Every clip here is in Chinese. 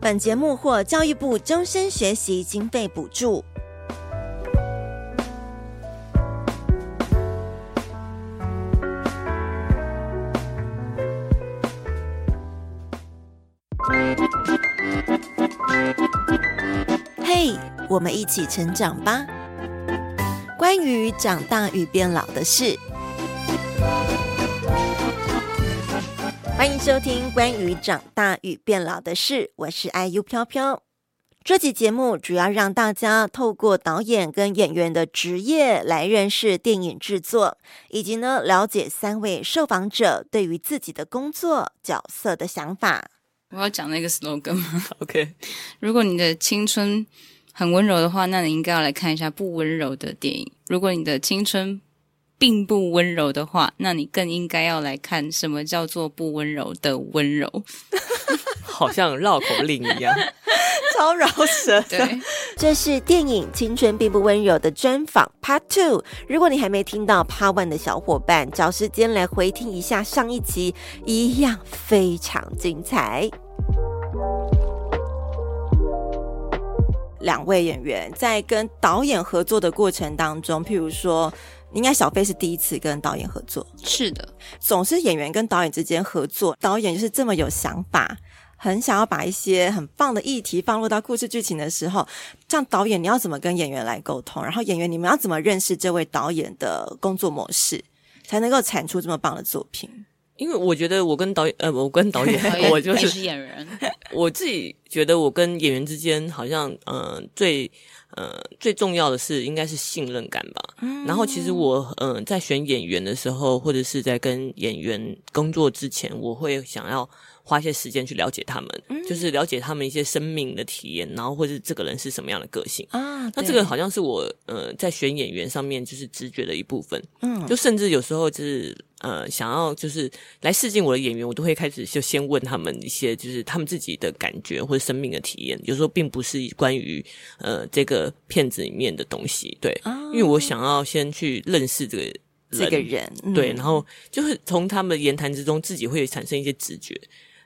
本节目获教育部终身学习经费补助。嘿、我们一起成长吧！关于长大与变老的事，欢迎收听关于长大与变老的事，我是 IU 飘飘。这期节目主要让大家透过导演跟演员的职业来认识电影制作，以及呢了解三位受访者对于自己的工作角色的想法。我要讲那个 slogan 吗？ OK，如果你的青春很温柔的话，那你应该要来看一下不温柔的电影；如果你的青春并不温柔的话，那你更应该要来看什么叫做不温柔的温柔。好像绕口令一 样。 超饶舌对，这是电影《青春并不温柔》的专访 Part Two。如果你还没听到 Part One 的小伙伴，找时间来回听一下上一集，一样非常精彩。两位演员在跟导演合作的过程当中，譬如说，应该小飞是第一次跟导演合作， 是 的，总是演员跟导演之间合作，导演就是这么有想法，很想要把一些很棒的议题放入到故事剧情的时候，像导演你要怎么跟演员来沟通，然后演员你们要怎么认识这位导演的工作模式，才能够产出这么棒的作品？因为我觉得我跟导演，呃，我跟导演， 我就也是是演员， 我自己觉得我跟演员之间好像，嗯、最，呃，最重要的是应该是信任感吧。然后其实我，嗯、在选演员的时候，或者是在跟演员工作之前，我会想要花一些时间去了解他们，就是了解他们一些生命的体验，然后或者这个人是什么样的个性。啊，那对这个好像是我呃在选演员上面就是直觉的一部分，嗯就甚至有时候就是呃想要就是来试镜我的演员，我都会开始就先问他们一些就是他们自己的感觉或者生命的体验，有时候并不是关于呃这个片子里面的东西，对，啊因为我想要先去认识这个人。这个人、嗯对，然后就是从他们言谈之中，自己会产生一些直觉。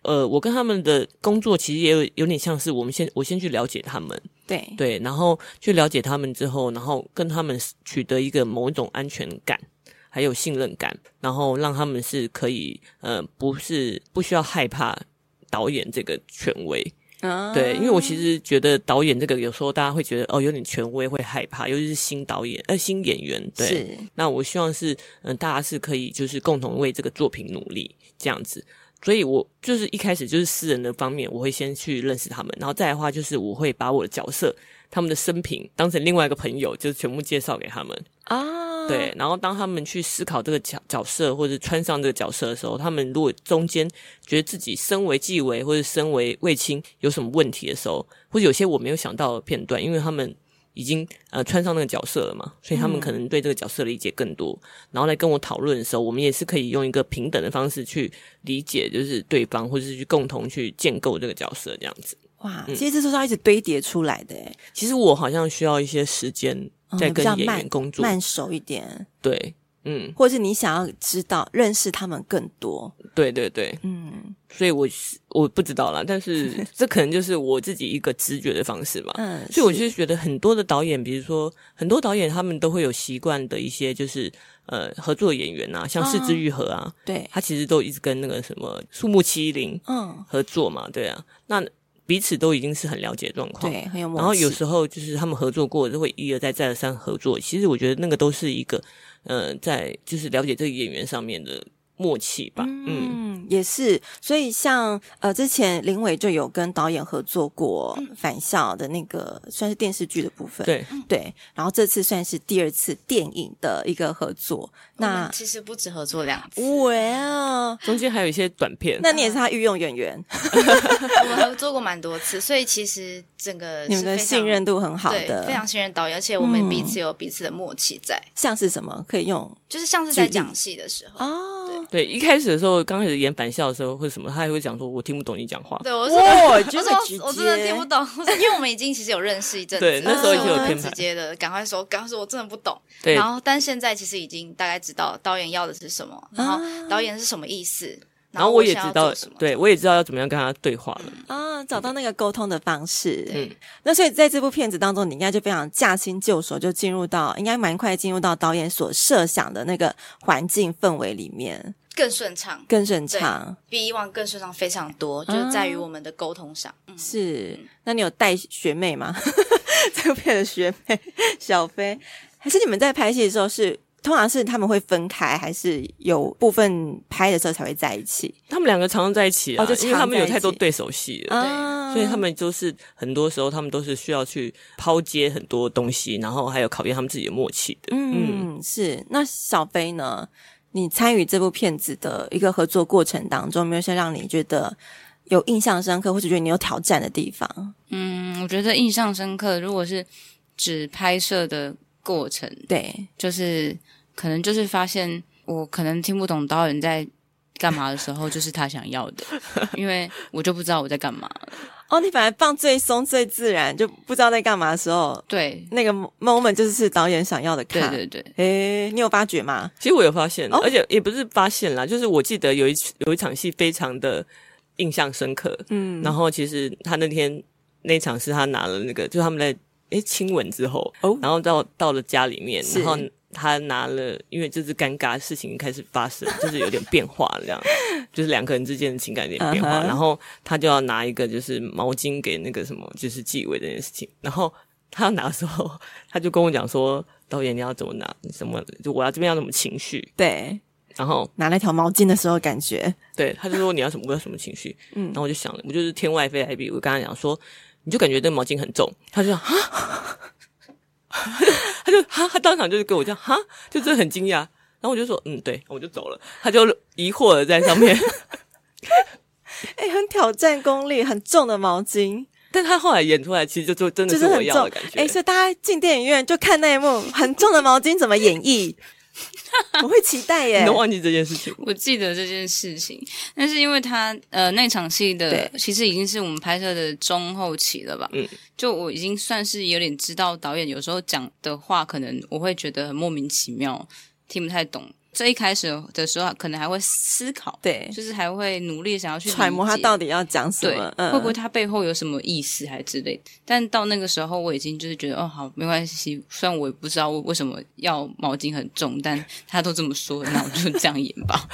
呃，我跟他们的工作其实也有有点像是我们先我先去了解他们，对对，然后去了解他们之后，然后跟他们取得一个某一种安全感，还有信任感，然后让他们是可以呃，不是不需要害怕导演这个权威。啊对，因为我其实觉得导演这个有时候大家会觉得哦，有点权威会害怕，尤其是新导演呃新演员。对，是那我希望是嗯、呃大家是可以就是共同为这个作品努力这样子。所以我就是一开始就是私人的方面，我会先去认识他们，然后再来的话就是我会把我的角色、他们的生平当成另外一个朋友，就是全部介绍给他们。啊，对，然后当他们去思考这个角角色或者穿上这个角色的时候，他们如果中间觉得自己身为纪委或者身为卫青有什么问题的时候，或者有些我没有想到的片段，因为他们已经呃穿上那个角色了嘛，所嗯以他们可能对这个角色理解更多，然后来跟我讨论的时候，我们也是可以用一个平等的方式去理解，就是对方或者是去共同去建构这个角色这样子。哇，其实这都是要一直堆叠出来的，哎其实我好像需要一些时间嗯在比跟较演慢员工作，慢熟一点，对，嗯，或者是你想要知道认识他们更多，对对对。嗯所以我是我不知道啦，但是 这可能就是我自己一个直觉的方式吧。嗯，所以我是就觉得很多的导演，比如说很多导演，他们都会有习惯的一些，就是呃合作演员啊，像四啊之愈合啊，对，他其实都一直跟那个什么树木七零嗯，合作嘛，对啊，那彼此都已经是很了解状况，对，很有默契。然后有时候就是他们合作过，就会一而再再而三合作。其实我觉得那个都是一个呃，在就是了解这个演员上面的默契吧，嗯嗯，也是，所以像呃，之前林伟就有跟导演合作过《嗯返校》的那个算是电视剧的部分，对。对然后这次算是第二次电影的一个合作，我那们其实不止合作两次，哇，中间还有一些短片。那你也是他御用演员，我们合作过蛮多次，所以其实整个你们的是非常信任度很好对，非的常。信任导演，而且我们嗯彼此有彼此的默契在，像是什么可以用就是像是在举例讲戏 的时候。哦？对，一开始的时候，刚开始演返校的时候，或者什么，他还会讲说：“我听不懂你讲话。对，我说哇，我这么直接说，我真的听不懂，我说因为我们已经其实有认识一阵子了，对那时候已经有所以我编很排直接的，赶快说，赶快说，我真的不懂。”对，然后，但现在其实已经大概知道导演要的是什么，然后导演是什么意思，啊然后后我也想要知道做什么，对我也知道要怎么样跟他对话了。啊，找到那个沟通的方式。嗯那所以在这部片子当中，你应该就非常驾轻就熟，就进入到应该蛮快进入到导演所设想的那个环境氛围里面，更顺畅，更顺畅。比以往更顺畅非常啊多，就是在于我们的沟通上。嗯，是，那你有带学妹吗？ 这部片的学妹小飞，还是你们在拍戏的时候是？通常是他们会分开，还是有部分拍的时候才会在一起他们两个常常在一起啊，哦就因为他常们在有一太多起对手戏了。啊？所以他们就是很多时候，他们都是需要去抛接很多东西，然后还有考验他们自己的默契的。嗯，是。那小飞呢？你参与这部片子的一个合作过程当中，有没有些让你觉得有印象深刻，或是觉得你有挑战的地方？嗯，我觉得印象深刻，如果是指拍摄的过程，对，就是可能就是发现我可能听不懂导演在干嘛的时候，就是他想要的，因为我就不知道我在干嘛。哦，你反而放最松、最自然，就不知道在干嘛的时候，对，那个 moment 就是导演想要的对看。对对，诶，你有发觉吗？其实我有发现，哦而且也不是发现啦，就是我记得有一有一场戏非常的印象深刻。嗯，然后其实他那天那一场是他拿了那个，就他们在诶亲吻之后，哦然后到到了家里面，是然后他拿了，因为这是尴尬的事情开始发生，就是有点变化这样，就是两个人之间的情感有点变化嗯哼然后他就要拿一个就是毛巾给那个什么，就是纪委这件事情，然后他要拿的时候，他就跟我讲说。导演，你要怎么拿？什么？就我要这边要什么情绪？对，然后拿那条毛巾的时候，感觉对，他就说你要什么，我要什么情绪。嗯，然后我就想了，我就是天外飞来一笔。我跟他讲说，你就感觉这个毛巾很重，他就想哈， 他就哈，他当场就是跟我这样哈，就真的很惊讶。然后我就说嗯，对，我就走了。他就疑惑的在上 面，诶，很挑战功力，很重的毛巾，但他后来演出来，其实就就真的就是是我很要重哎的感。觉。诶，所以大家进电影院就看那一幕，很重的毛巾怎么演 绎，我会期待耶你。能忘记这件事情吗？我记得这件事情，但是因为他呃那场戏的对其实已经是我们拍摄的中后期了吧，嗯，就我已经算是有点知道导演有时候讲的话，可能我会觉得很莫名其妙，听不太懂。最一开始的时候，可能还会思考，对就是还会努力想要去理解揣摩他到底要讲什对么，，嗯会不会他背后有什么意思还之类的？但到那个时候，我已经就是觉得哦，好，没关系。虽然我也不知道为什么要毛巾很重，但他都这么说，那我就这样演吧。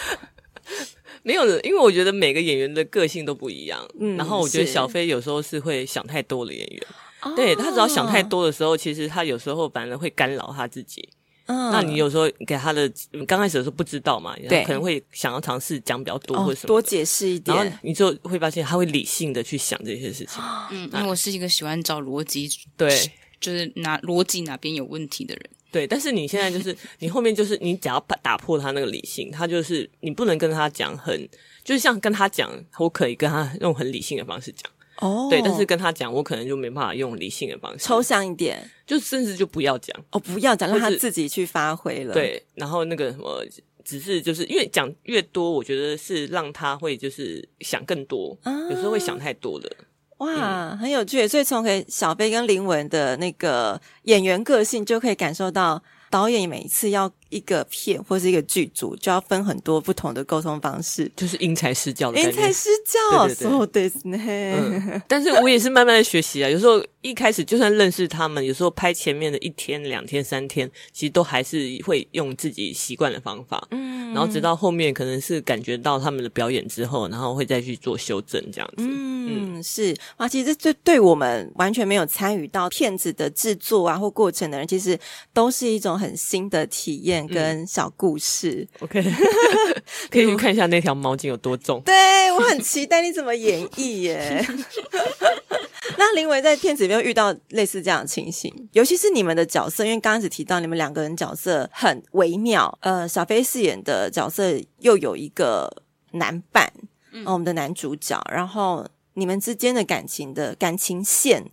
没有的，因为我觉得每个演员的个性都不一样。嗯然后我觉得是小飞有时候是会想太多的演员，啊哦对他只要想太，多的时候，其实他有时候反而会干扰他自己。嗯那你有时候给他的刚开始的时候不知道嘛，然对后可能会想要尝试讲比较多或哦者什么多的，解释一然后点，你就会发现他会理性的去想这些事情。啊嗯，因为我是一个喜欢找逻辑，对就是哪逻辑哪边有问题的人。对，但是你现在就是 你后面就是你只要打打破他那个理性，他就是你不能跟他讲很，就是像跟他讲，我可以跟他用很理性的方式讲，哦对，但是跟他讲，我可能就没办法用理性的方式，抽象一点，就甚至就不要讲。哦，不要讲，让或他是自己去发挥了，，对，然后那个什么，只是就是因为讲越多，我觉得是让他会就是想更多，啊有时候会想太多的。嗯哇，很有趣，所以从可以小贝跟林文的那个演员个性，就可以感受到。导演每一次要一个片或是一个剧组，就要分很多不同的沟通方式，就是因材施教的因感材觉。施教，对对对そうですね。嗯， 但是我也是慢慢的学习啊。有时候一开始就算认识他们，有时候拍前面的一天、两天、三天，其实都还是会用自己习惯的方法。嗯，然后直到后面可能是感觉到他们的表演之后，然后会再去做修正这样子。嗯，是哇，其实这对我们完全没有参与到片子的制作啊或过程的人，其实都是一种很新的体嗯验跟小故事。 OK，可以去看一下那条毛巾有多重。对我很期待你怎么演绎耶。那林维在片子里面遇到类似这样的情形，尤其是你们的角色，因为刚开始提到你们两个人角色很微妙。呃，小飞饰演的角色又有一个男伴，嗯、我们的男主角，然后你们之间的感情的感情线。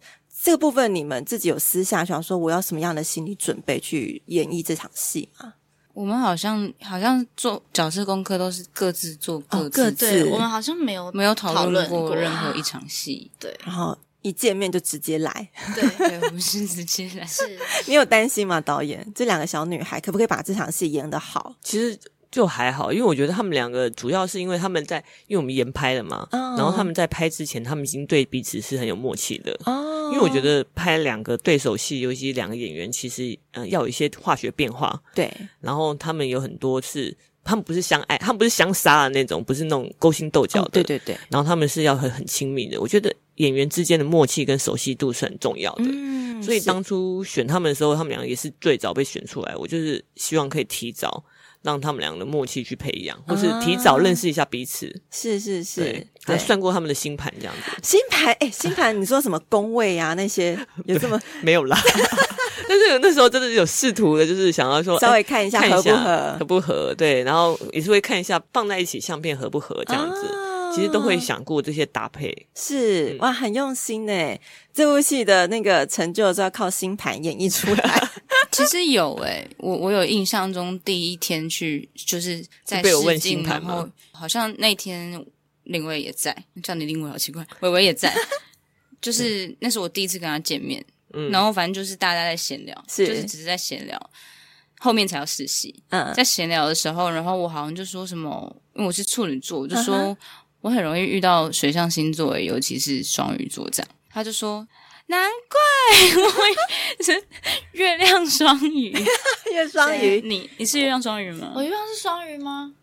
这个部分你们自己有私下想说，我要什么样的心理准备去演绎这场戏吗？我们好像好像做角色功课都是各自做各哦自，各对自我们好像没有没有讨论论 过啊任何一一。场戏对然后一见面就直接来，对 对，我们是直接来。是你有担心吗？导演，这两个小女孩可不可以把这场戏演得好？其实就还好，因为我觉得他们两个主要是因为他们在，因为我们研拍了嘛，嗯然后他们在拍之前，他们已经对彼此是很有默契的。哦因为我觉得拍两个对手戏，尤其两个演员，其实嗯、呃要有一些化学变化，对，然后他们有很多是，他们不是相爱，他们不是相杀的那种，不是那种勾心斗角的，哦对对对，然后他们是要很很亲密的。我觉得演员之间的默契跟熟悉度是很重要的。嗯所以当初选他们的时候，他们两个也是最早被选出来。我就是希望可以提早让他们俩的默契去培养，或是提早认识一下彼此。是啊是对是，，对还算过他们的星盘这样子，星盘，哎，星盘，你说什么宫位啊那些，有这么没有啦。但是那时候真的有试图的，就是想要说 稍哎微看一下看合一不下合合？不合，对，然后也是会看一下放在一起相片合不合这样子。啊其实都会想过这些搭配，是嗯哇，很用心呢。这部戏的那个成就是要靠星盘演绎出来。 其实有诶、我我有印象中第一天去就是在是被我问试镜星然盘吗后好像那天林薇也在，叫你林薇好奇怪，薇薇也在，就是那是我第一次跟她见面，嗯然后反正就是大家在闲聊，是就是只是在闲聊，后面才要实习，嗯，在闲聊的时候，然后我好像就说什么，因为我是处女座，我就说、嗯我很容易遇到水象星座，欸尤其是双鱼座这样。他就说难怪我会是月亮双 鱼，月双对鱼你你是月亮双鱼吗哦我？月亮是双鱼吗？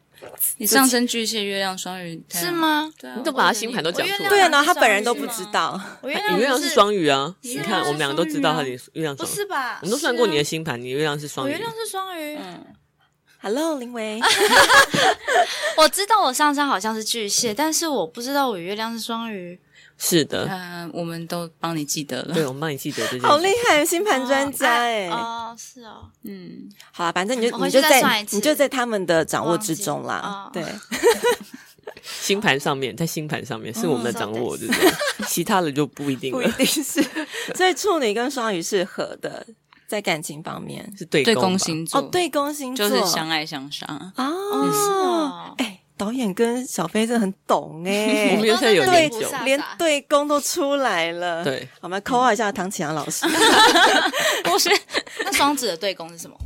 你上升巨蟹，月亮双鱼是？吗？对啊你怎么把他星盘都讲出我来？对啊，月亮然后他是本人都双不鱼吗知道，我月你亮月亮不是，双鱼啊！你你月看，亮我是们两个都知道他的月亮不双鱼，是吧？我们都算过你的星盘，你月亮是是啊，双我鱼。月亮是双鱼，啊嗯， Hello，林维，我知道我上升好像是巨蟹，但是我不知道我月亮是双鱼。是的，呃，我们都帮你记得对，了。我们帮你记得这件好事厉。害，星盘专家哎、啊哦，是哦，嗯，好啦，反正你就我回你去就再算在一次你就在他们的掌握之中啦忘。记对哦，星盘上面，在星盘上面是我们的掌握，嗯对不对？ 其他的就不一定不一了，定是， 所以处女跟双鱼是合的，在感情方面。是对对宫宫吧星座哦，对，宫星就座是相爱相杀。嗯是哦哦，哎、导演跟小飞真的很懂哎、 我们又现在有对研究，连对宫都出来了。，对，我们扣号一下唐启阳老师。不是， 那双子的对宫是什么？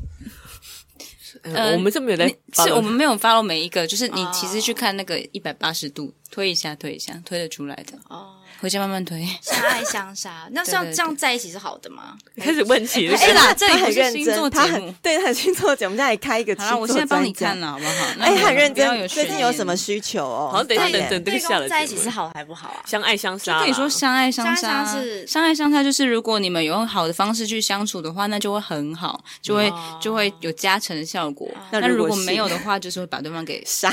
呃我们这没有在你是 follow 我们没有 follow 每一个，就是你哦其实去看那个一百八十度推一下推一下推得出来的，哦，回家慢慢推。相爱相 杀。 那这样对对对这样在一起是好的吗？ 开始问起， 哎啦这里他不很是认星真，座他节很目对，他很星座节目，我们现在也开一个星 好座了，我现在帮你看了。了，好不好？ 那哎、你很认不要真，有最近悬有念什么？需求哦？好，等一下，导等演等，这个对下了宫在一起结是论好还不好啊？相爱相就杀啦，跟你说相爱相相杀爱相是相爱相杀，就是如果你们有用好的方式去相处的话，那就会很好，就会哦就会有加成的效果。那啊那如如果果是没有的话，就是会把对方 给杀，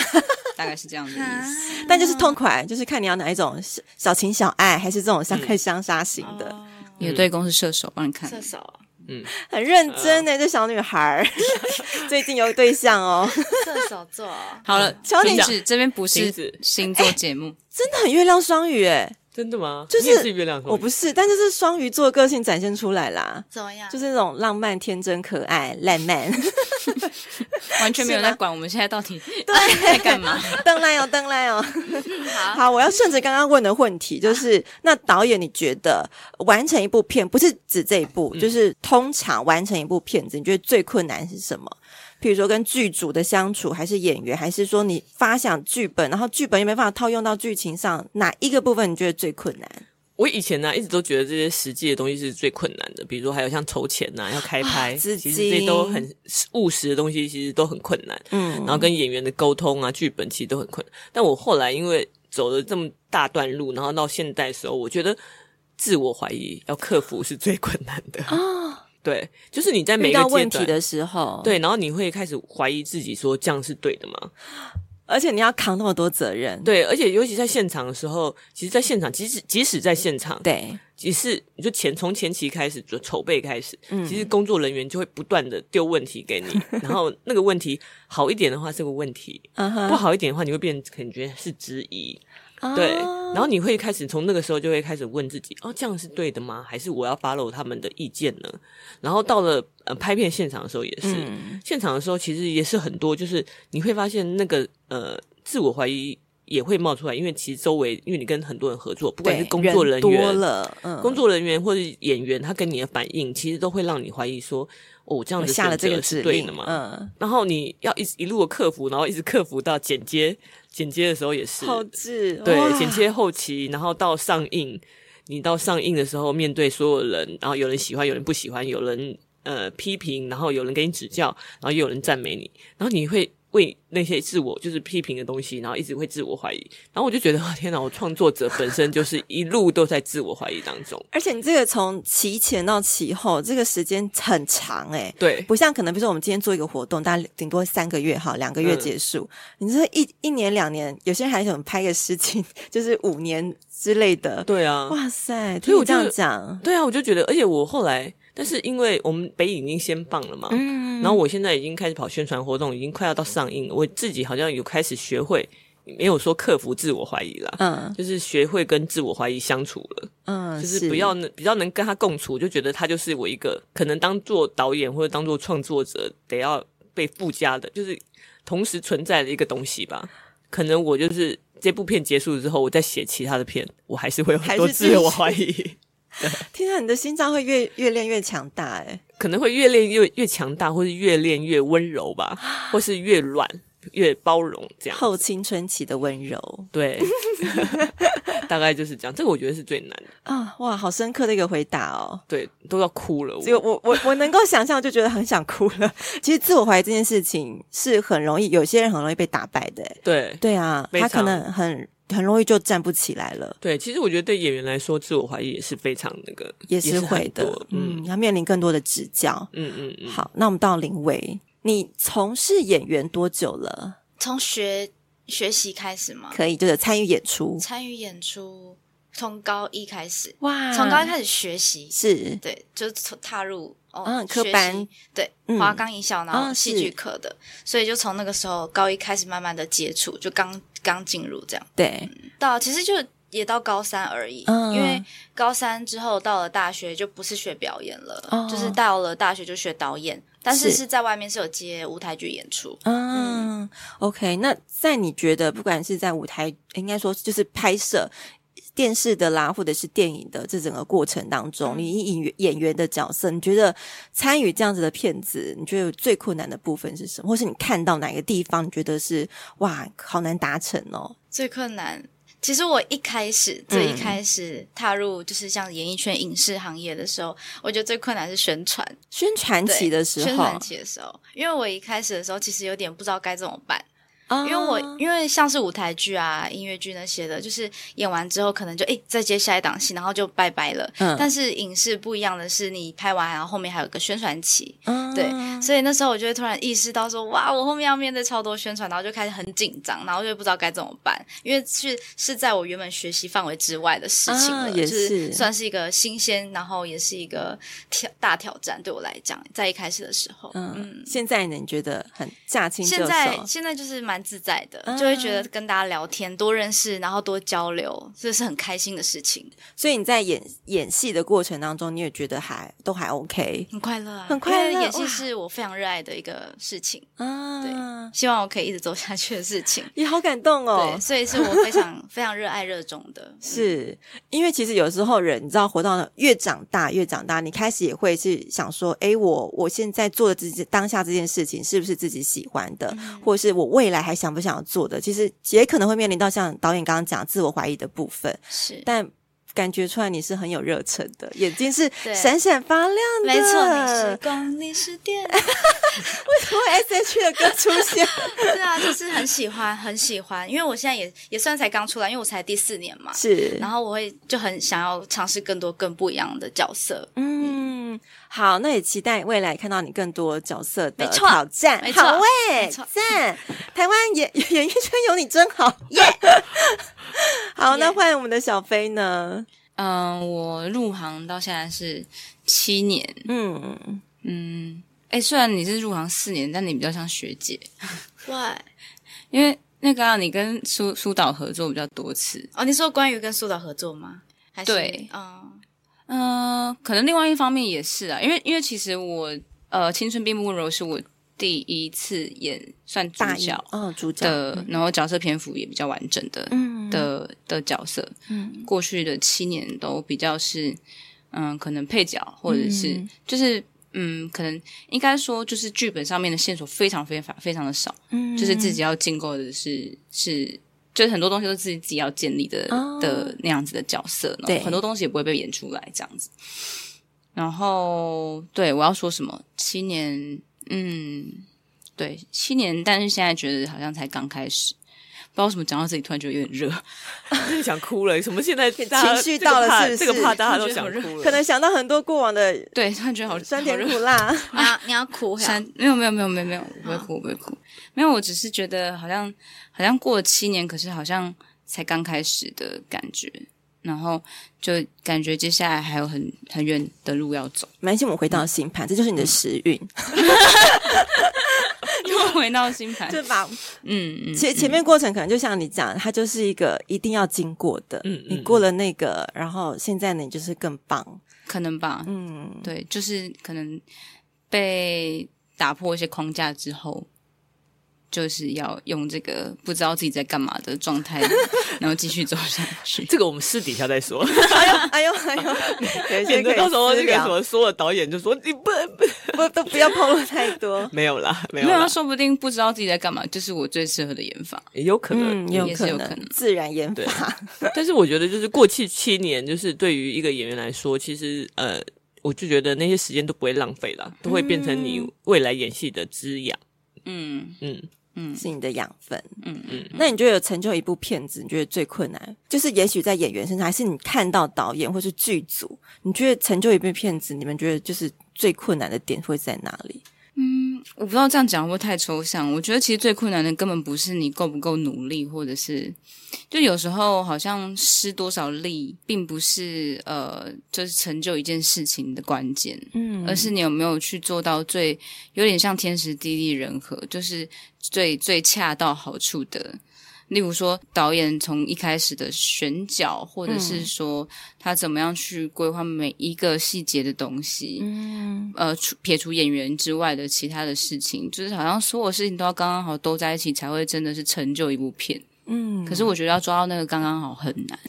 大概是这样的意思。嗯但就是痛快，就是看你要哪一种小小情小爱，还是这种相嗯爱相杀型的，哦也对公是射手，帮你看。射手 啊，嗯很认真呢、这小女孩儿 最近有对象哦， 射手座啊，好了，乔停你止，这边不停是止星座节目。真的很月亮双鱼哎，真的吗？就是你也是月亮双鱼，我不是，但就是双鱼座个性展现出来啦，怎么样？就是是那种浪漫、天真、可爱、烂漫。 完全没有是吗在管我们现在到底 在干嘛。登来哦，登来哦。好 好，我要顺着刚刚问的问啊题，就是那导演，你觉得完成一部片，不是指这一部，嗯就是通常完成一部片子，你觉得最困难是什么？比如说跟剧组的相处，还是演员，还是说你发想剧本，然后剧本又没办法套用到剧情上，哪一个部分你觉得最困难？我以前呢、一直都觉得这些实际的东西是最困难的，比如说还有像筹钱呐、要开拍，资金其实这些都很务实的东西，其实都很困难。嗯然后跟演员的沟通啊，剧本其实都很困难。但我后来因为走了这么大段路，然后到现在的时候，我觉得自我怀疑要克服是最困难的对，就是你在哦每遇一个到阶问题段。的时候，对，然后你会开始怀疑自己，说这样是对的吗？而且你要扛那么多责任，对，而且尤其在现场的时候，其实，在现场，即使即使在现场，对即使你就前从前期开始就筹备开始，嗯其实工作人员就会不断的丢问题给你， 然后那个问题好一点的话是个问题，嗯哼不好一点的话你会变感觉是质疑，啊对，然后你会开始从那个时候就会开始问自己，哦，这样是对的吗？还是我要 follow 他们的意见呢？然后到了呃拍片现场的时候也是，嗯现场的时候其实也是很多，就是你会发现那个呃自我怀疑也会冒出来，因为其实周围因为你跟很多人合作，不管对是工作人员多了，嗯，工作人员或者演员，他跟你的反应，其实都会让你怀疑说，哦，我这样我子下了这选个择是指对令的嘛？嗯，然后你要一直一路的克服，然后一直克服到剪接，剪接的时候也是，后置对，哇剪接后期，然后到上映，你到上映的时候，面对所有人，然后有人喜欢，有人不喜欢，有人呃批评，然后有人给你指教，然后也有人赞美你，然后你会。为那些自我就是批评的东西，然后一直会自我怀疑，然后我就觉得，哦天哪！我创作者本身就是一路都在自我怀疑当中。而且你这个从期前到期后，这个时间很长哎、对，不像可能，比如说我们今天做一个活动，大家顶多三个月哈，两个月嗯结束。你这一一年两年，有些人还想拍个事情，就是五年之类的。对啊，哇塞，所以听我你这样就讲，对啊，我就觉得，而且我后来，但是因为我们北影已经先放了嘛，嗯，然后我现在已经开始跑宣传活动，已经快要到上映了，我自己好像有开始学会，没有说克服自我怀疑啦。嗯就是学会跟自我怀疑相处了，嗯，就是不要能比较能跟他共处，我就觉得他就是我一个可能当做导演或者当做创作者得要被附加的，就是同时存在的一个东西吧。可能我就是这部片结束之后，我再写其他的片，我还是会有很还多是继续自我怀疑。听到你的心脏会越越练越强大哎、可能会越练越越强大，或是越练越温柔吧，啊或是越软越包容这样。后青春期的温柔对， 大概就是这样。这个我觉得是最难的，啊，哇，好深刻的一个回答哦。对，都要哭了。只有我我我我能够想象，就觉得很想哭了。其实自我怀疑这件事情是很容易，有些人很容易被打败的、欸。对对啊，非他常可能很很容易就站不起来了，对，其实我觉得对演员来说，自我怀疑也是非常那个，也是是会很的多。嗯，嗯要面临更多的指教。嗯嗯嗯，好，那我们到林伟，你从事演员多久了？从学学习开始嘛，可以就是参与演出。参与演出，从高一开始，哇从高一开始学习，是对，就是从踏入哦，嗯科学习班，对嗯，华冈艺校，然啊后是戏剧课的，所以就从那个时候高一开始慢慢的接触，就刚刚进入这样，对，到其实就也到高三而已，嗯因为高三之后到了大学就不是学表演了，哦就是到了大学就学导演，但是是是在外面是有接舞台剧演出，嗯 o k 那在你觉得，不管是在舞台，应该说就是拍摄电视的啦，或者是电影的这整个过程当中，嗯你以演员演员的角色，你觉得参与这样子的片子，你觉得最困难的部分是什么？或是你看到哪个地方，你觉得是哇，好难达成哦？最困难。其实我一开嗯始最一开始踏入就是像演艺圈、影视行业的时候，我觉得最困难是宣传。宣传对期的时宣候，传期的时候，因为我一开始的时候其实有点不知道该怎么办，啊因为我因为像是舞台剧啊、音乐剧那些的，就是演完之后可能就诶再接下一档戏，然后就拜拜了。嗯但是影视不一样的是，你拍完然后后面还有个宣传期，啊对，所以那时候我就会突然意识到说，哇，我后面要面对超多宣传，然后就开始很紧张，然后就不知道该怎么办，因为是是在我原本学习范围之外的事情了，啊也就是算是一个新鲜，然后也是一个挑大挑战对我来讲，在一开始的时候，嗯，现在呢，你觉得很驾轻就现熟？在现在就是蛮自在的，嗯就会觉得跟大家聊天、多认识，然后多交流，这是很开心的事情，所以你在演演戏的过程当中，你也觉得还都还 OK 很快乐啊，很快乐因为演戏哇是我非常热爱的一个事情，啊？希望我可以一直走下去的事情。也好感动 哦对，。所以是我非常非常热爱热衷 的。嗯是因为其实有时候人，你知道，活到越长大，越长大，你开始也会是想说，诶，我我现在做的这件当下这件事情，是不是自己喜欢的，嗯或者是我未来还想不想要做的？其实也可能会面临到像导演刚刚讲自我怀疑的部分，是，但感觉出来你是很有热忱 的，眼睛是对闪闪发亮的。没错，你是 光，你是电，突然 S H 的歌出 现，对啊，就是很喜欢，很喜欢。因为我现在也也算才刚出来，因为我才第四年嘛，是然后我会就很想要尝试更多更不一样的角色。嗯，嗯，好，那也期待未来看到你更多角色的没错挑战。没错好哎、没错赞！台湾演演艺圈有你真好耶！ 好，那耶换我们的小飞呢？嗯、我入行到现在是七年，嗯，嗯，哎，虽然你是入行四年，但你比较像学姐， Why？因为那个、啊、你跟苏苏导合作比较多次，哦，你说关于跟苏导合作吗？还是对嗯，嗯、可能另外一方面也是啊，因为因为其实我呃，《青春并不温柔》是我第一次演算主大一角哦，主角的，然后角色篇幅也比较完整的，嗯的的角色，嗯，过去的七年都比较是，嗯、可能配角或者是、嗯就是，嗯，可能应该说就是剧本上面的线索非常非常非常的少，嗯就是自己要建构的是是。就是很多东西都是自己自己要建立的、哦的那样子的角色，然对后很多东西也不会被演出来这样子。然后，对我要说什么？七年，嗯，对，七年，但是现在觉得好像才刚开始，不知道为什么讲到这里突然觉得有点热。真的想哭了。什么 现在情情绪到了是不是这个怕大家都想我觉得哭了。可能想到很多过往的对，突然觉得好酸甜好苦热辣，你啊要啊你要哭回 来酸没有没有没有没有没有，我不会哭我不会哭，没有，我只是觉得好像好像过了七年，可是好像才刚开始的感觉，然后就感觉接下来还有很很远的路要 走， 没关系，我们回到星盘，这就是你的时运，又回到星盘，对 吧？嗯嗯，前前面过程可能就像你讲，它就是一个一定要经过的，嗯嗯你过了那个，然后现在呢，你就是更棒，可能吧，嗯，对，就是可能被打破一些框架之后，就是要用这个不知道自己在干嘛的状 态，然后继续走下去。这个我们私底下再说，哎呦 哎呦，有一些免可得以到时候私那个聊什么所有导演就说你不，不都不要暴露太多没有啦，没有没有啦啊，，说不定不知道自己在干嘛，就是我最适合的演法。也有可能。有也是可有可能能自然研对发，但是我觉得，就是过去七年，就是对于一个演员来说，其实呃，我就觉得那些时间都不会浪费啦，都会变成你未来演戏的滋养。嗯嗯，嗯是你的养分。嗯嗯，那你觉得有成就一部片子，你觉得最困难，就是也许在演员身上，还是你看到导演或是剧组，你觉得成就一部片子，你们觉得就是最困难的点会在哪里？我不知道这样讲会不会太抽象。我觉得其实最困难的根本不是你够不够努力，或者是就有时候好像施多少力，并不是呃，就是成就一件事情的关键。嗯而是你有没有去做到最有点像天时地利人和，就是最最恰到好处的。例如说，导演从一开始的选角，或者是嗯说他怎么样去规划每一个细节的东西，嗯呃，除撇除演员之外的其他的事情，就是好像所有事情都要刚刚好都在一起，才会真的是成就一部片。嗯，可是我觉得要抓到那个刚刚好很难，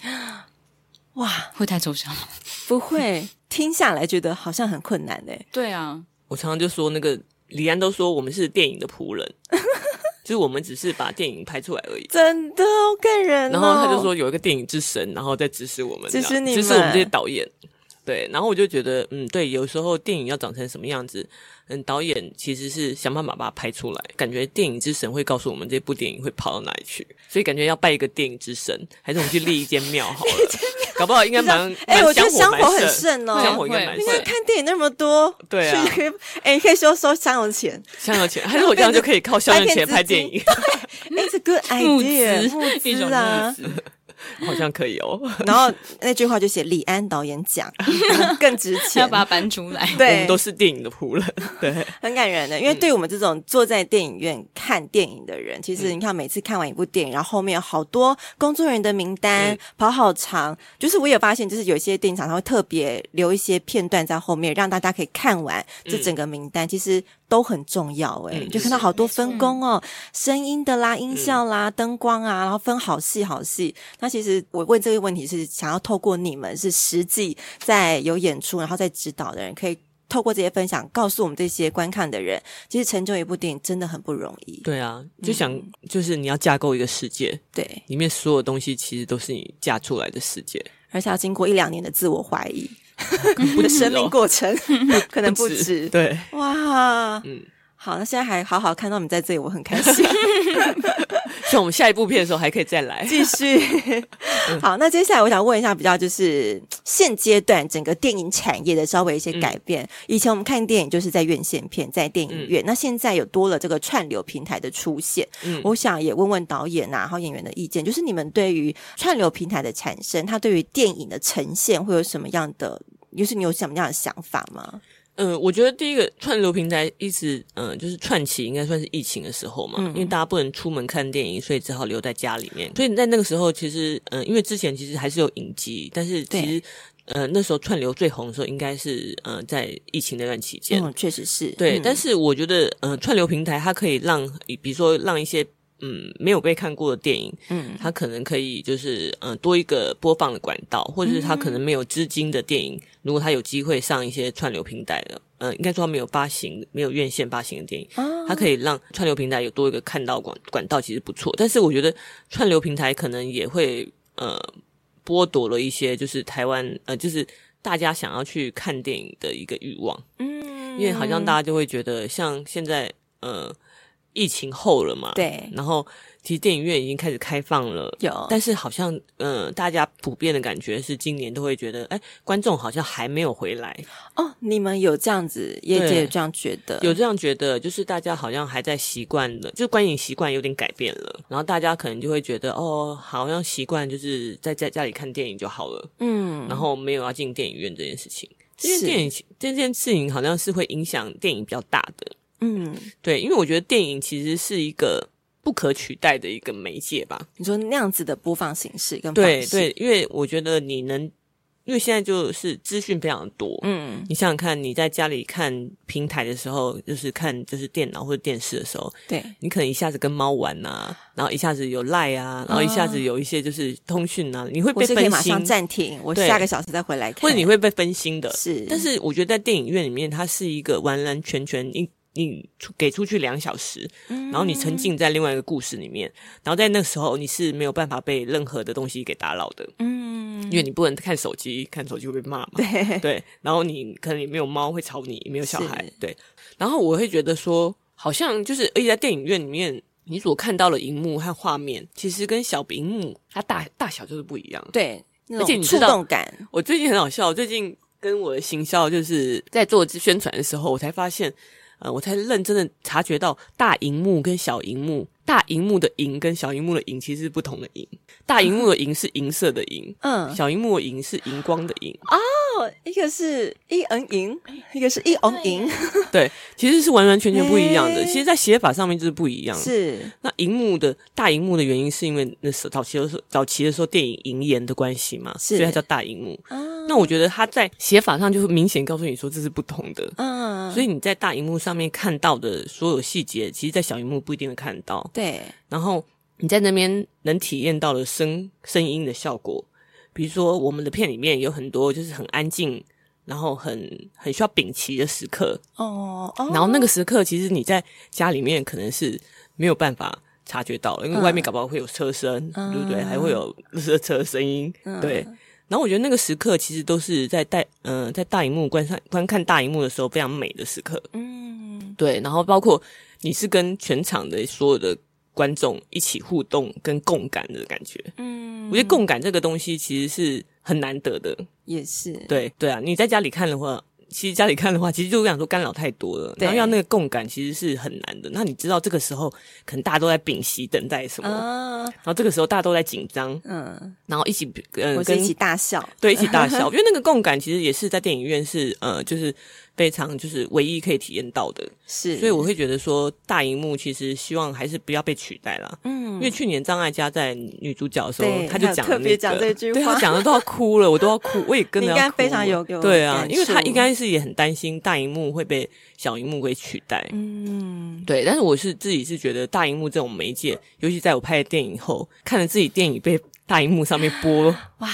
哇，会太抽象 吗？不会听下来觉得好像很困难嘞、欸对啊，我常常就说，那个李安都说我们是电影的仆人， 就是我们只是把电影拍出来而已。真的好感人、哦。然后他就说有一个电影之神，然后在指使我们，指使你们指使我们这些导演。对，然后我就觉得，嗯，对，有时候电影要长成什么样子，嗯，导演其实是想办法把它拍出来。感觉电影之神会告诉我们这部电影会跑到哪里去，所以感觉要拜一个电影之神，还是我们去立一间庙 好了，搞不好应该蛮哎蛮我觉得香香火蛮很盛盛哦香火应该蛮会你会看盛，看电影那么多，对啊去可以，哎、你可以收收香油钱。香油钱，还是我这样就可以靠香油钱 拍电影， It's a good 募 idea，资募一种资募啊。资。 好像可以哦。然后那句话就写李安导演讲， 更值 要钱。把它搬出来。我们对都，是电影的 仆人，对，很感人的，因为对我们这种坐在电影院看电影的人，其实你看每次看完一部电影，然后后面有好多工作人员的名单嗯，跑好长。就是我有发现，就是有一些电影厂它会特别留一些片段在后面，让大家可以看完这整个名单，其实都很重要。哎，嗯就看到好多分工哦，声音的啦、音效啦、灯光啊，然后分好细好细。那其实我问这个问题是想要透过你们是实际在有演出，然后在指导的人可以。透过这些分享，告诉我们这些观看的人，其实成就一部电影真的很不容易。对啊，就想、就是你要架构一个世界，对，里面所有东西其实都是你架出来的世界，而且要经过一两年的自我怀 疑，你的生命过程可能不止。哦对，哇，嗯 好，那现在还好好看到你在这里，我很开心。所以我们下一部片的时候还可以再来。继续。嗯好，那接下来我想问一下，比较就是嗯现阶段整个电影产业的稍微一嗯些改变。以前我们看电影就是在院线片，在电影院，那现在有多了这个串流平台的出现。嗯我想也问问导演啊，还有演员的意见，就是你们对于串流平台的产生，它对于电影的呈现会有什么样的？就是你有什么样的想法吗？嗯，我觉得第一个串流平台一直嗯、呃就是串起，应该算是疫情的时候嗯嘛，因为大家不能出门看电影，所以只好留在家里面。所以在那个时候，其实嗯、呃因为之前其实还是有影集，但是其实呃那时候串流最红的时候，应该是呃在疫情那段期间。嗯，确实是。嗯对，但是我觉得，呃，串流平台它可以让，比如说让一些嗯没有被看过的电影，嗯它可能可以就是嗯、呃多一个播放的管道，或者是它嗯可能没有资金的电影，如果它有机会上一些串流平台的，嗯、应该说它没有发行、没有院线发行的电影，哦它可以让串流平台有多一个看到管管道，其实不错。但是我觉得串流平台可能也会呃剥夺了一些就是台湾呃就是大家想要去看电影的一个欲望。嗯因为好像大家就会觉得，像现在呃疫情后了嘛，，啊对然后其实电影院已经开始开放了，有但是好像呃大家普遍的感觉是，今年都会觉得，哎，观众好像还没有回来，哦，你们有这样子，业界有这样觉得？有这样觉得，就是大家好像还在习惯的，就观影习惯有点改变了，然后大家可能就会觉得，哦，好像习惯就是在在家里看电影就好了，嗯，然后没有要进电影院这件事情。这是件电影这件事情好像是会影响电影比较大的，嗯，对，因为我觉得电影其实是一个不可取代的一个媒介吧。你说那样子的播放形式跟方对式，对，因为我觉得你能，因为现在就是资讯非常多，嗯，你想想看，你在家里看平台的时候，就是看就是电脑或者电视的时候，对，你可能一下子跟猫玩呐、然后一下子有赖啊，然后一下子有一些就是通讯啊，你会哦我被是可以分马心上，暂停，我对下个小时再回来看，或者你会被分心的。是，但是我觉得在电影院里面，它是一个完完全全你你出给出去两小时，嗯然后你沉浸在另外一个故事里面，然后在那个时候你是没有办法被任何的东西给打扰的，嗯因，为你不能看手机，看手机会被骂嘛。 对，对，然后你可能也没有猫会吵你，也没有小孩是，对。然后我会觉得说，好像就是，而且在电影院里面，你所看到的荧幕和画面，其实跟小荧幕它大大小就是不一样。对，那而且种你触知道动感，我最近很好笑，我最近跟我的行销就是在做宣传的时候，我才发现，呃，我才认真的察觉到大荧幕跟小荧幕，大荧幕的荧跟小荧幕的荧其实是不同的荧，大荧幕的荧是银色的银，啊嗯，小荧幕的荧是荧光的荧，哦，一个是一嗯银，一个是一嗯银，哎对，其实是完完全全不一样的。诶其实，在写法上面就是不一样。哎是，那荧幕的大荧幕的原因，是因为那时候早期的时候，早期的时候电影银盐的关系嘛，是所以它叫大荧幕。啊那我觉得它在写法上就会明显告诉你说这是不同的。嗯， 所以以你在大荧幕上面看到的所有细节，其实，在小荧幕不一定会看到。对，然后你在那边能体验到的声声音的效果，比如说我们的片里面有很多就是很安静，然后很很需要屏息的时刻，哦哦，然后那个时刻其实你在家里面可能是没有办法察觉到的，因为外面搞不好会有车声，嗯对不对？还会有热车声音，嗯对。然后我觉得那个时刻其实都是在带，呃，在大荧幕观看观看大荧幕的时候非常美的时刻。嗯，对，然后包括你是跟全场的所有的观众一起互动跟共感的感觉。嗯我觉得共感这个东西其实是很难得的。也是，对对啊，你在家里看的话。其实家里看的话，其实就是想说干扰太多了，对然后要那个共感其实是很难的。那你知道这个时候可能大家都在屏息等待什么，啊，然后这个时候大家都在紧张，嗯，然后一起呃我是跟一起大笑，对，一起 大笑。我觉得那个共感其实也是在电影院是呃，就是非常就是唯一可以体验到的。是，所以我会觉得说，大荧幕其实希望还是不要被取代啦。因嗯为去年张艾嘉在女主角的时候对，她就她有讲、那个、特别讲这句话对她讲的都要哭了，我都要 哭，我也跟着你要应哭该非常有有对啊，感因为她触应该是也很担心大荧幕会被小荧幕给取代。嗯对，但是我是自己是觉得大荧幕这种媒介，尤其在我拍的电影后，看着自己电影被大荧幕上面播， 哇，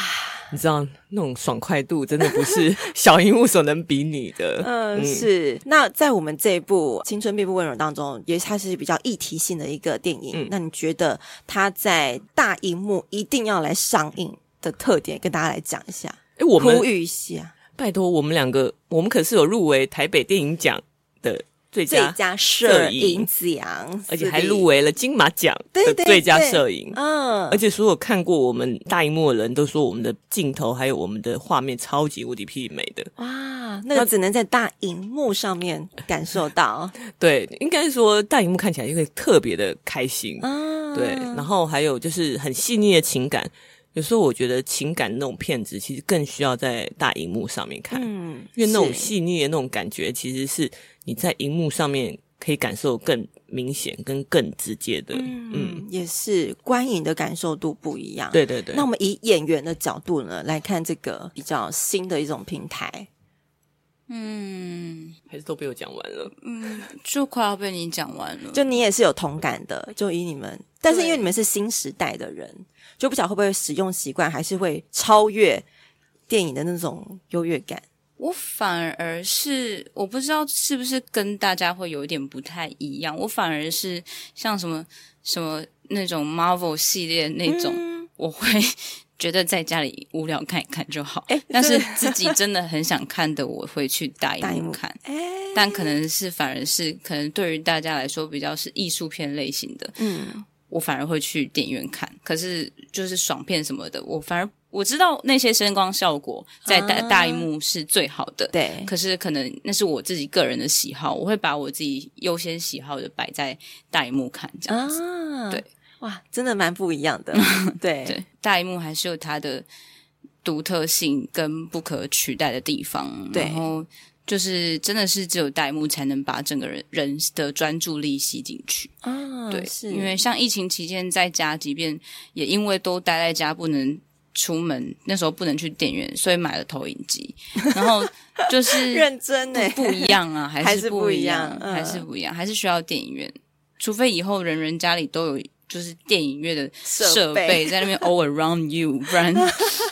你知道那种爽快度真的不是 小荧幕所能比拟的。嗯，是。那在我们这一部《青春并不温柔》当中，也它是比较议题性的一个电影。嗯那你觉得它在大荧幕一定要来上映的特点，跟大家来讲一下，哎，我们呼吁一下。拜托，我们两个，我们可是有入围台北电影奖的最最佳，佳摄摄影影奖，而且还入围了金马奖对的对最佳对摄影。嗯而，且所有看过我们大荧幕的人都说，我们的镜头还有我们的画面超级无敌媲美的。哇，那个只能在大荧幕上面感受到对，应该说大荧幕看起来就会特别的开心。啊。对，然后还有就是很细腻的情感。有时候我觉得情感那种片子，其实更需要在大荧幕上面看，嗯，因为那种是细腻的那种感觉，其实是你在荧幕上面可以感受更明显、跟更直接的。嗯，嗯，也是观影的感受度不一样。，对对对。那我们以演员的角度呢来看这个比较新的一种平台，嗯还是都被我讲完了。嗯，就快要被你讲完了。就你也是有同感的，就以你们，但是因为对你们是新时代的人，就不晓得会不会使用习惯还是会超越电影的那种优越感。我反而是我不知道是不是跟大家会有一点不太一样，我反而是像什么什么那种 Marvel 系列那种，我会 觉得在家里无聊看一看就好。哎但是对自己真的很想看的，我会去大大荧荧幕幕看。哎、但可能是反而是可能对于大家来说比较是艺术片类型的，嗯，我反而会去电影院看。可是就是爽片什么的，我反而我知道那些声光效果在大、啊大荧幕是最好的，对，可是可能那是我自己个人的喜好，我会把我自己优先喜好的摆在大荧幕看这样子。啊对，哇，真的蛮不一样 的，对，对，大荧幕还是有它的独特性跟不可取代的地方。对然后就是真的是只有大荧幕才能把整个人人的专注力吸进去。啊，对，是因为像疫情期间在家，即便也因为都待在家不能。出门那时候不能去电影院，所以买了投影机，然后就是认真欸呢、不不一样啊，还还是是不不一一样样，还是嗯不一样，还是需要电影院。除非以后人人家里都有就是电影院的设 设备在那边 all around you，不然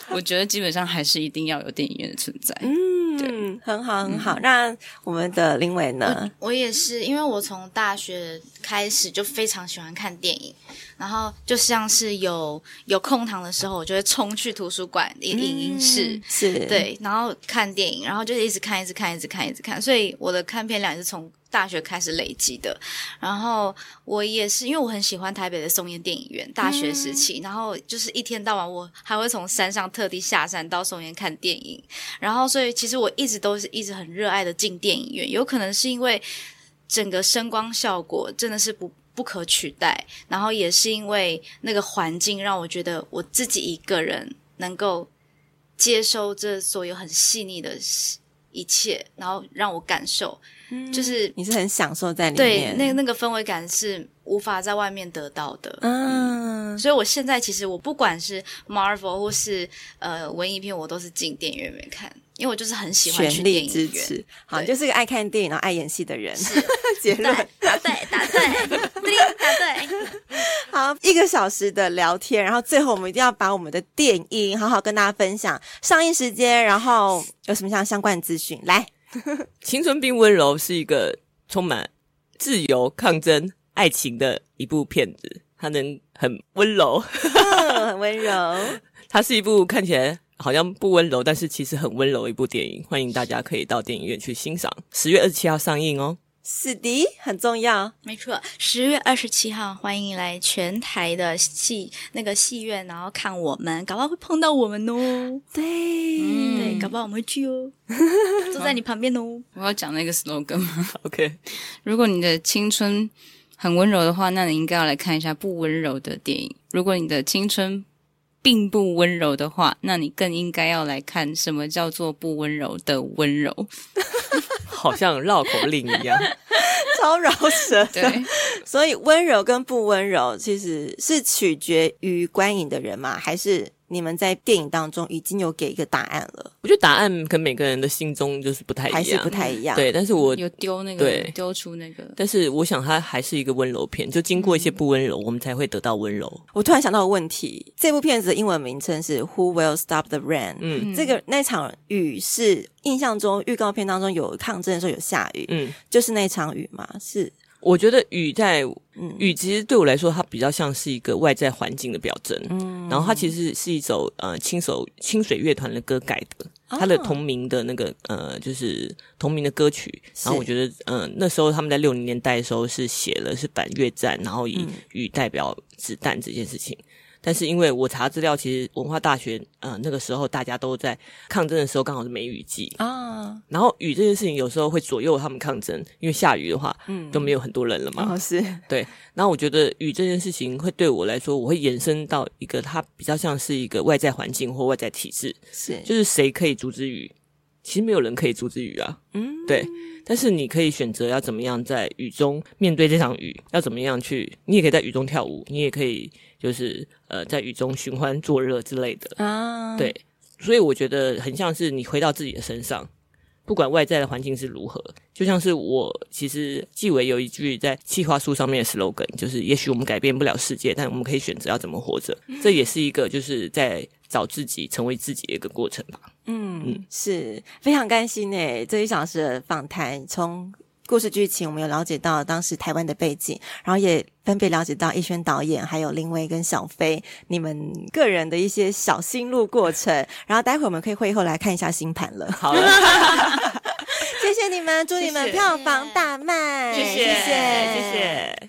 我觉得基本上还是一定要有电影院的存在。嗯，很好，很好。那我们的林伟呢？我也是，因为我从大学开始就非常喜欢看电影，然后就像是有有空堂的时候，我就会冲去图书馆、影影影视。嗯是，对，然后看电影，然后就是一直看，一直看，一直看，一直看，所以我的看片量也是从大学开始累积的。然后我也是，因为我很喜欢台北的松烟电影院，大学时期，然后就是一天到晚，我还会从山上特地下山到松烟看电影。然后，所以其实我一直都是一直很热爱的进电影院，有可能是因为整个声光效果真的是不。不可取代，然后也是因为那个环境让我觉得我自己一个人能够接收这所有很细腻的一切，然后让我感受，就是你是很享受嗯在里对面，那那个氛围感是无法在外面得到的。嗯，所以我现在其实我不管是 Marvel 或是呃文艺片，我都是进电影院里面看，因为我就是很喜欢去全电力影支 院。持。好，你对就是个爱看电影然后爱演戏的人。 结对论，答对，答对， 叮答对。好，一个小时的聊天，然后最后我们一定要把我们的电影好好跟大家分享上映时间，然后有什么相相关的资讯来。青春并温柔是一个充满自由、抗争、爱情的一部片子，它能很温柔。 嗯很温 柔，它是一部看起来好像不温柔，但是其实很温柔的一部电影，欢迎大家可以到电影院去欣赏。十月二十七号上映哦。是的，很重要。没错，十月二十七号，欢迎来全台的戏那个戏院，然后看我们，搞不好会碰到我们哦。对， 嗯对，搞不好我们会去哦，坐在你旁边哦。我要讲那个 slogan 吗？ OK，如果你的青春很温柔的话，那你应该要来看一下不温柔的电影。如果你的青春并不温柔的话，那你更应该要来看什么叫做不温柔的温柔。好像绕口令一 样。超饶舌。对，所以温柔跟不温柔，其实是取决于观影的人吗？还是你们在电影当中已经有给一个答案了，我觉得答案跟每个人的心中就是不太还一是样不。太一样？，对，但是我 有丢那个对丢出那个但是我想它还是一个温柔片，就经过一些不温柔，我们才会得到温柔。我突然想到个问题，这部片子的英文名称是《Who Will Stop the Rain》。嗯这个那场雨是印象中预告片当中有抗争的时候有下雨，嗯，就是那场雨嘛，是我觉得雨在嗯雨其实对我来说，它比较像是一个外在环境的表征。然后它其实是一首呃清手清水乐团的歌改的，他的同名的那个呃，就是同名的歌曲。然后我觉得，嗯、那时候他们在六零年代的时候是写了是反越战，然后以与代表子弹这件事情。但是因为我查资料，其实文化大学，呃，那个时候大家都在抗争的时候，刚好是梅雨季，啊，然后雨这件事情有时候会左右他们抗争，因为下雨的话，嗯嗯，就没有很多人了嘛。哦是，对，然后我觉得雨这件事情会对我来说，我会延伸到一个它比较像是一个外在环境或外在体制，是，就是谁可以阻止雨？其实没有人可以阻止雨啊，嗯，对。但是你可以选择要怎么样在雨中面对这场雨，要怎么样去，你也可以在雨中跳舞，你也可以就是呃在雨中寻欢作乐之类的。啊，对，所以我觉得很像是你回到自己的身上，不管外在的环境是如何，就像是我其实纪委有一句在计划书上面的 slogan，就是也许我们改变不了世界，但我们可以选择要怎么活着。这也是一个就是在找自己、成为自己的一个过程吧。嗯嗯，是非常甘心诶，这一小时的访谈从。故事剧情，我们有了解到当时台湾的背景，然后也分别了解到逸轩导演还有林威跟小飞你们个人的一些小心路过程。然后待会我们可以会后来看一下星盘了。 好了，谢谢你们，祝你们谢谢票房大卖，谢谢谢谢谢。